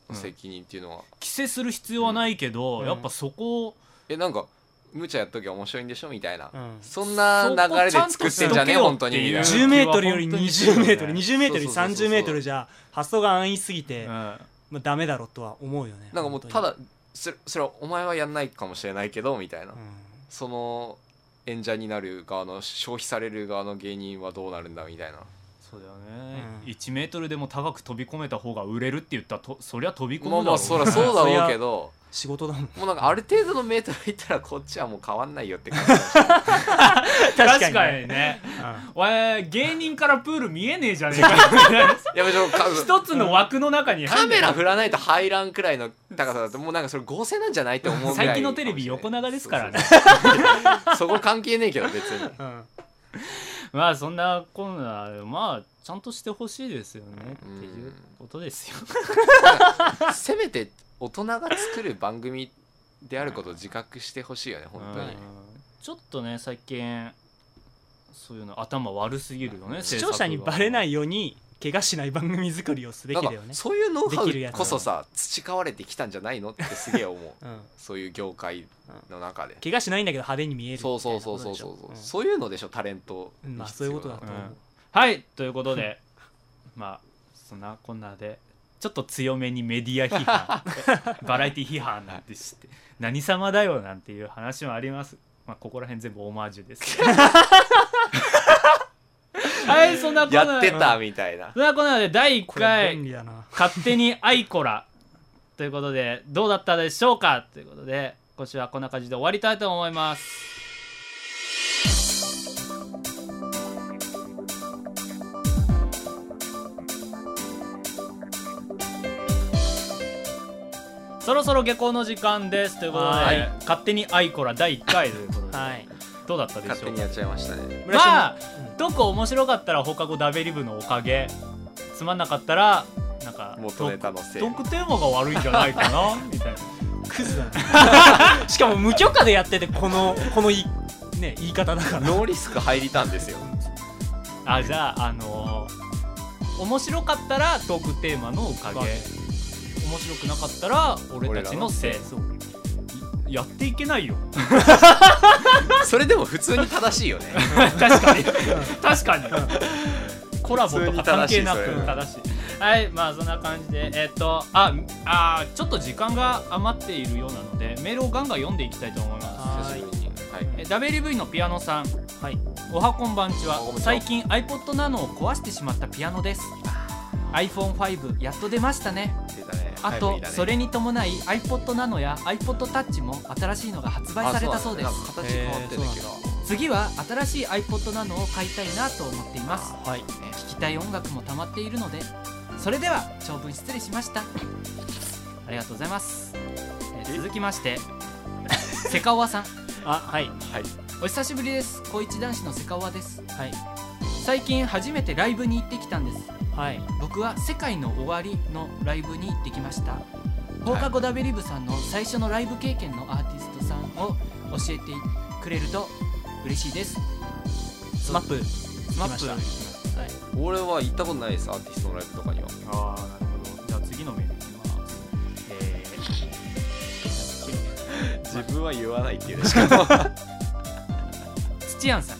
Speaker 3: の責任っていうのは、
Speaker 1: 規制する必要はないけど、
Speaker 2: うん
Speaker 1: やっぱそこを
Speaker 3: えなんか無茶やっときゃ面白いんでしょみたいな、
Speaker 2: うん
Speaker 3: そんな流れで作って
Speaker 1: そこちゃんと
Speaker 3: んじゃねえ
Speaker 1: しとけよ
Speaker 3: 本当にみたいな
Speaker 1: っていう
Speaker 2: 10メートルより20メートル、
Speaker 1: うん
Speaker 2: 20メートルより
Speaker 3: そうそうそうそう
Speaker 2: 30メートルじゃ発想が安易すぎて、
Speaker 1: うん
Speaker 2: まあダメだろとは思うよね。
Speaker 3: なんかもう
Speaker 2: 本当に
Speaker 3: た、だそれそれはお前はやんないかもしれないけどみたいな、
Speaker 2: うん
Speaker 3: その演者になる側の消費される側の芸人はどうなるんだみたいな
Speaker 1: そうだよね、
Speaker 2: うん
Speaker 1: 1メートルでも高く飛び込めた方が売れるって言ったらとそりゃ飛び込むだ
Speaker 3: ま
Speaker 1: ろ
Speaker 3: あまあ そりゃそうだろうけど
Speaker 2: 仕事だもん。
Speaker 3: もうなんかある程度のメートルいったらこっちはもう変わんないよって感じだし
Speaker 1: 確
Speaker 2: 確
Speaker 1: か
Speaker 2: か
Speaker 1: に
Speaker 2: に
Speaker 1: ね
Speaker 2: うん
Speaker 1: おい芸人からプール見えねえじゃねえか
Speaker 3: いやめちょカ
Speaker 1: 一つの枠の中に
Speaker 3: カ
Speaker 1: 入んな
Speaker 3: メ
Speaker 1: い
Speaker 3: ラ振らないと入らんくらいの高さだともうなんかそれ合成なんじゃないって思うぐらい
Speaker 1: 最近のテレビ横長ですからね
Speaker 3: そうそうそうそこ関係ねえけど別に
Speaker 2: うん
Speaker 1: まあそんなこんなまあちゃんとしてほしいですよねっていうことですよ、
Speaker 3: せめて大人が作る番組であることを自覚してほしいよね本当
Speaker 1: う
Speaker 3: に
Speaker 1: んちょっとね最近そういうの頭悪すぎるよね
Speaker 2: 視聴者にバレないいように、怪我しない番組作りをすべ
Speaker 3: な
Speaker 2: き
Speaker 3: んか
Speaker 2: だよね。
Speaker 3: そういうノウハ
Speaker 2: できるや
Speaker 3: ウ
Speaker 2: つ
Speaker 3: こそさ培われてきたんじゃないのってすげえ思う
Speaker 2: うん
Speaker 3: そういう業界の中で
Speaker 2: 怪我しないんだけど派手に見えるみたい
Speaker 3: そう
Speaker 2: な
Speaker 3: そう
Speaker 2: こ
Speaker 3: そう
Speaker 2: と
Speaker 3: そ
Speaker 2: で
Speaker 3: う
Speaker 2: し
Speaker 3: そ
Speaker 2: ょ。
Speaker 3: うそういうのでしょタレント
Speaker 2: うん
Speaker 3: に
Speaker 2: まあ
Speaker 3: 必
Speaker 2: そうい
Speaker 3: 要
Speaker 2: う
Speaker 3: な
Speaker 2: ことだと思
Speaker 1: う。
Speaker 2: うん
Speaker 1: はいということで まあそんなこんなでちょっと強めにメディア批判 バラエティ批判なんてして何様だよなんていう話もありますまあここら辺全部オマージュですけどはいそんなこんな
Speaker 3: やってたみたいな
Speaker 1: そんなこんなで第1
Speaker 2: これ
Speaker 1: 回
Speaker 2: 便利だな
Speaker 1: 勝手にアイコラということでどうだったでしょうかということで今週はこんな感じで終わりたいと思いますそろそろ下校の時間ですということで、
Speaker 2: はい
Speaker 1: 勝手にアイコラ第1回ということで、
Speaker 2: はい
Speaker 1: どうだったでし
Speaker 3: 勝
Speaker 1: ょう
Speaker 3: 手に
Speaker 1: か
Speaker 3: やっちゃいましたね
Speaker 2: 村重
Speaker 1: まあ
Speaker 2: うん
Speaker 1: どこ面白かったら放課後ダベリブのおかげつまんなかったらなんか
Speaker 3: 元ネタのせい
Speaker 1: トークテーマが悪いんじゃないかなみたいな
Speaker 2: クズだなしかも無許可でやっててこのこのいね言い方だから
Speaker 3: ノーリスク入りたんですよ
Speaker 1: あじゃああのー面白かったらトークテーマのおかげ
Speaker 2: おかげ
Speaker 1: 面白くなかったら俺たちのせい
Speaker 2: そう
Speaker 1: いやっていけないよ
Speaker 3: それでも普通に正しいよね
Speaker 1: 確かに確かにコラボとか関係なく
Speaker 3: 普通
Speaker 2: に
Speaker 1: 正しいはいまあそんな感じでえっとああちょっと時間が余っているようなのでメールをガンガン読んでいきたいと思います
Speaker 2: は
Speaker 3: 久しぶりにはい
Speaker 1: え WV のピアノさん
Speaker 2: はい
Speaker 1: おはこんばんちは
Speaker 3: おはこんばんちは
Speaker 1: 最近 iPod ナノを壊してしまったピアノです iPhone5 やっと出ましたね
Speaker 3: 出たね
Speaker 1: あ
Speaker 3: 早
Speaker 1: と
Speaker 3: いだね
Speaker 1: それに伴い iPod ナノや iPod タッチも新しいのが発売されたそうです
Speaker 3: あなんだ形変わってんだけど
Speaker 1: 次は新しい iPod ナノを買いたいなと思っています
Speaker 2: はい
Speaker 1: 聴きたい音楽もたまっているのでそれでは長文失礼しましたありがとうございますえー続きましてセカオワさん
Speaker 2: あはい
Speaker 3: はい
Speaker 1: お久しぶりです高一男子のセカオワです
Speaker 2: はい
Speaker 1: 最近初めてライブに行ってきたんです
Speaker 2: はい
Speaker 1: 僕は「世界の終わり」のライブに行ってきました放課後ダベリブさんの最初のライブ経験のアーティストさんを教えてくれると嬉しいです
Speaker 2: スマップ
Speaker 1: スマップ
Speaker 2: 来ま
Speaker 3: 俺は行ったことないですアーティストのライブとかには
Speaker 1: ああなるほどじゃあ次のメールいきますえ
Speaker 3: 自分は言わない っていうねしかも
Speaker 1: ー、土屋さん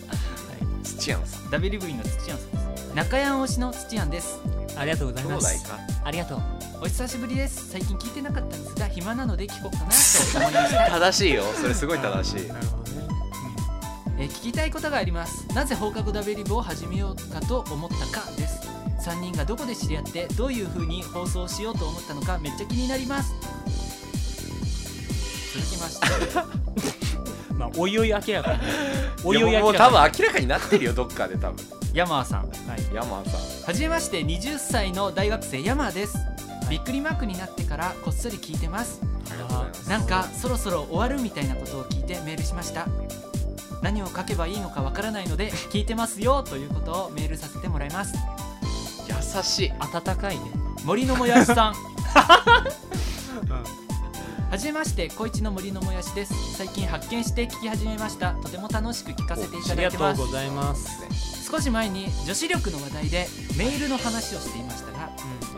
Speaker 3: 土屋さん
Speaker 1: ダベリブインの土屋さんです中山推しの土屋です
Speaker 2: ありがとうござい
Speaker 3: 兄
Speaker 2: ま
Speaker 3: 弟
Speaker 2: す
Speaker 3: か
Speaker 2: ありがとう
Speaker 1: お久しぶりです最近聞いてなかったんですが暇なので聞こうかなと思いました
Speaker 3: 正しいよそれすごい正しい
Speaker 2: なるほどね
Speaker 1: えー聞きたいことがありますなぜ放課後ダベリブを始めようかと思ったかです3人がどこで知り合ってどういう風に放送しようと思ったのかめっちゃ気になります続きまして
Speaker 2: うんまあおいおい明らかにおいおい
Speaker 3: いやも
Speaker 2: 明
Speaker 3: う
Speaker 2: ら
Speaker 3: 多
Speaker 2: かに
Speaker 3: 分明らかになってるよどっかで多分
Speaker 1: ヤマーさんは
Speaker 3: ヤマンさん
Speaker 1: じめまして20歳の大学生ヤマーですびっくりマークになってからこっそり聞いてます
Speaker 3: ありがとうございます
Speaker 1: なんかそろそろ終わるみたいなことを聞いてメールしました何を書けばいいのかわからないので 聞いてますよということをメールさせてもらいます
Speaker 3: 優しい
Speaker 2: 温かいね
Speaker 1: 森のもやしさん はじめまして小一の森のもやしです最近発見して聞き始めましたとても楽しく聞かせてい
Speaker 2: あ
Speaker 1: た
Speaker 2: り
Speaker 1: だい
Speaker 2: が
Speaker 1: て
Speaker 2: と
Speaker 1: ま
Speaker 2: う
Speaker 1: す
Speaker 2: ございます
Speaker 1: 少し前に女子力の話題でメールの話をしていましたが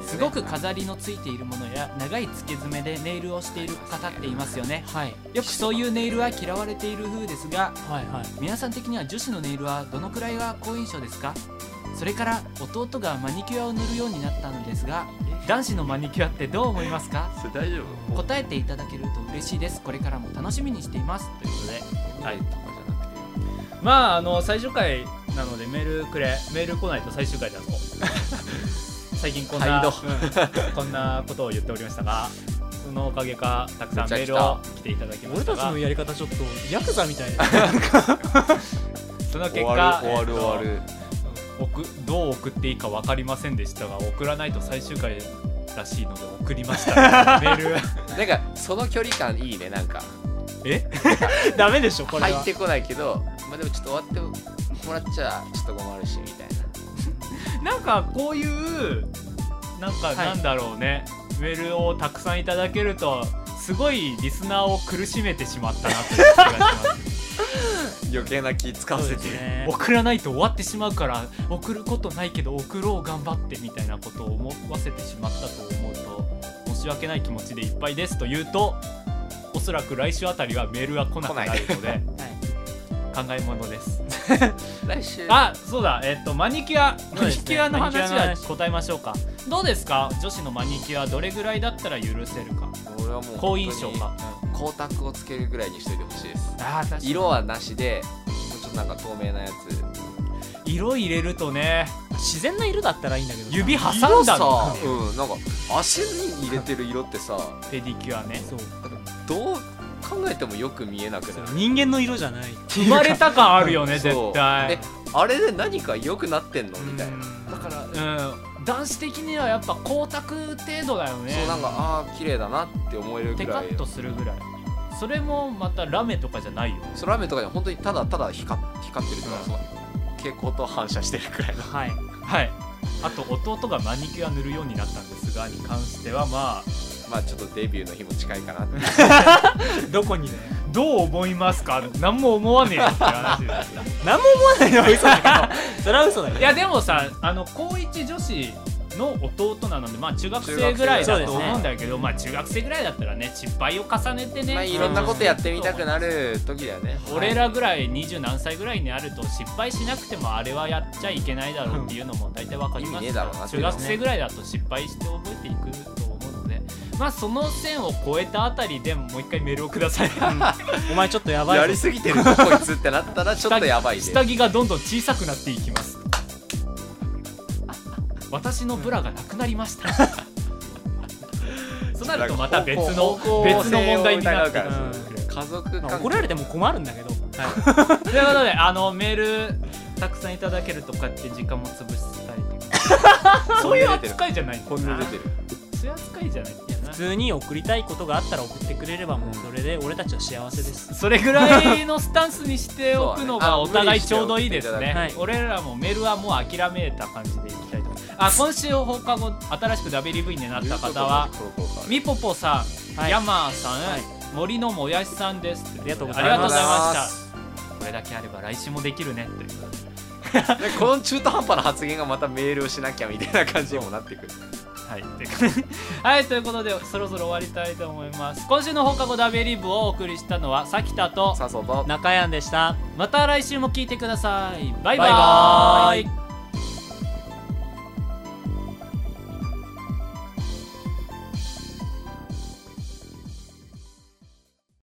Speaker 1: すごく飾りのついているものや長い付け爪でネイルをしている方っていますよね
Speaker 2: はい
Speaker 1: よくそういうネイルは嫌われている風ですが
Speaker 2: はいはい
Speaker 1: 皆さん的には女子のネイルはどのくらいが好印象ですかそれから弟がマニキュアを塗るようになったのですが男子のマニキュアってどう思いますか
Speaker 3: それ大丈夫
Speaker 1: 答えていただけると嬉しいですこれからも楽しみにしていますということで
Speaker 3: 答えとかじゃなくて
Speaker 1: まああの最終回なのでメールくれメール来ないと最終回 だぞ最近こんな、
Speaker 3: はい
Speaker 1: う
Speaker 3: ど
Speaker 1: んこんなことを言っておりました がそのおかげかたくさんメールを来ていただきま
Speaker 2: 俺
Speaker 1: した
Speaker 2: たち
Speaker 1: が
Speaker 2: のやり方ちょっとヤクザみたい
Speaker 1: その結
Speaker 3: 終
Speaker 1: 果
Speaker 3: わる終わる終わ
Speaker 1: えっ
Speaker 3: る
Speaker 1: と送どう送っていいか分かりませんでしたが送らないと最終回らしいので送りましたメール
Speaker 3: なんかその距離感いいねなんか
Speaker 1: え
Speaker 2: ダメでしょこれ
Speaker 3: 入
Speaker 2: は
Speaker 3: ってこないけどまあでもちょっと終わってもらっちゃちょっと困るしみたいな
Speaker 1: なんかこういうなんか
Speaker 2: い
Speaker 1: なんだろうね、メールをたくさんいただけるとすごいリスナーを苦しめてしまったなという気がします
Speaker 3: 余計な気使
Speaker 2: そうですね
Speaker 1: 送らないと終わってしまうから送ることないけど送ろう頑張ってみたいなことを思わせてしまったと思うと申し訳ない気持ちでいっぱいですと言うとおそらく来週あたりはメールは来なくなるので考えものです
Speaker 3: 来週
Speaker 1: あそうだえっとマニキュア
Speaker 2: う
Speaker 1: マ
Speaker 2: で
Speaker 1: ニ
Speaker 2: す
Speaker 1: キ
Speaker 2: ね
Speaker 1: ュアの話
Speaker 2: マニキュアの
Speaker 1: は
Speaker 2: 話
Speaker 1: 答えましょうかどうですか女子のマニキュアどれぐらいだったら許せるか
Speaker 3: 俺はもう
Speaker 1: 好印象か
Speaker 3: 光沢をつけるぐらいにしといてほしいです
Speaker 1: ああ確
Speaker 3: 色はなしでもうちょっとなんか透明なやつ
Speaker 1: 色入れるとね
Speaker 2: 自然な色だったらいいんだけどさ
Speaker 1: 指挟
Speaker 3: 色
Speaker 1: んだ
Speaker 3: さ
Speaker 1: の、
Speaker 3: うん、なんか足に入れてる色ってさ
Speaker 1: ペディキュアね
Speaker 2: そう
Speaker 3: どう考えてもよく見えなく
Speaker 2: そ
Speaker 3: な
Speaker 2: う
Speaker 3: い
Speaker 2: 人間の色じゃない
Speaker 1: 生まれた感あるよね絶
Speaker 3: そう
Speaker 1: 対
Speaker 3: えあれで何か良くなってんの みたいな
Speaker 2: うん
Speaker 3: だから、
Speaker 1: うん男子的にはやっぱ光沢程度だよね
Speaker 3: そうなんかああ綺麗だなって思える
Speaker 1: テ
Speaker 3: ぐ
Speaker 1: カ
Speaker 3: らい
Speaker 1: ッとするぐらいそれもまたラメとかじゃないよ
Speaker 3: そうラーメンとかで本当にただただ光っ光ってるから、
Speaker 1: うん
Speaker 3: その蛍光と反射してるくらいの
Speaker 2: はい
Speaker 1: はいあと弟がマニキュア塗るようになったんですがに関してはまあ
Speaker 3: まあちょっとデビューの日も近いかなって
Speaker 2: どこにね
Speaker 1: どう思いますか何も思わねえよって話ですよ
Speaker 2: 何も思わないのは嘘だけどそれは嘘だけ
Speaker 1: いやでもさあの高一女子の弟なのでまあ中学生ぐらいだ
Speaker 3: 中
Speaker 2: 学生
Speaker 1: と思うんだけど、まあ中学生ぐらいだったらね失敗を重ねてね、
Speaker 3: まあいろんなことやってみたくなる時だよね
Speaker 1: 俺らぐらい二十何歳ぐらいになると失敗しなくてもあれはやっちゃいけないだろうっていうのも大体わかり
Speaker 3: 意味
Speaker 1: ま
Speaker 3: ね
Speaker 1: す
Speaker 3: えだろうなって
Speaker 1: 中学生ぐらいだと失敗して覚えていくと思うのでまあその線を越えたあたりでもう一回メールをくだ さい
Speaker 2: お前ちょっとやばいぞ
Speaker 3: やりすぎてるこいつってなったらちょっとやばいで
Speaker 1: 下着がどんどん小さくなっていきます私のブラがなくなりました そうなるとまた別の
Speaker 3: 方向
Speaker 1: 別の問題になってく
Speaker 3: 方向性を疑うから
Speaker 1: る
Speaker 3: 家族関
Speaker 2: ま
Speaker 3: 係
Speaker 2: あ怒られても困るんだけど、
Speaker 1: ということであのメールたくさんいただけるとこうやって時間も潰したりとか そういう扱いじゃない
Speaker 3: 本音出てる
Speaker 1: そういう扱いじゃないんだよな
Speaker 2: 普通に送りたいことがあったら送ってくれればもうそれで俺たちは幸せです
Speaker 1: それぐらいのスタンスにしておくの
Speaker 3: そうだねあ
Speaker 1: がお互いちょうどいいです
Speaker 3: 無
Speaker 1: ね
Speaker 3: 理
Speaker 2: しておいていただいて
Speaker 1: 俺らもメールはもう諦めた感じでいきたいと思いますあ今週放課後新しく WV になった方はみぽぽさん、
Speaker 2: はい
Speaker 1: ヤマーさん、
Speaker 2: はい
Speaker 1: 森のもやしさんです
Speaker 2: ありがとうご
Speaker 1: あ
Speaker 2: ざ
Speaker 1: り
Speaker 2: い
Speaker 1: がとう
Speaker 2: ま
Speaker 1: ご
Speaker 2: す
Speaker 1: ざいま
Speaker 3: ありがとうございま
Speaker 1: したこれだけあれば来週もできるねという
Speaker 3: でこの中途半端な発言がまたメールをしなきゃみたいな感じにもなってくる
Speaker 1: はい、 ということはい、ということでそろそろ終わりたいと思います今週の放課後ダベリブをお送りしたのはさきたと
Speaker 3: さあそうぞ
Speaker 2: 中山でした
Speaker 1: また来週も聞いてくださいバイバ
Speaker 2: バイバ
Speaker 1: ー
Speaker 2: ー
Speaker 1: イ
Speaker 2: イ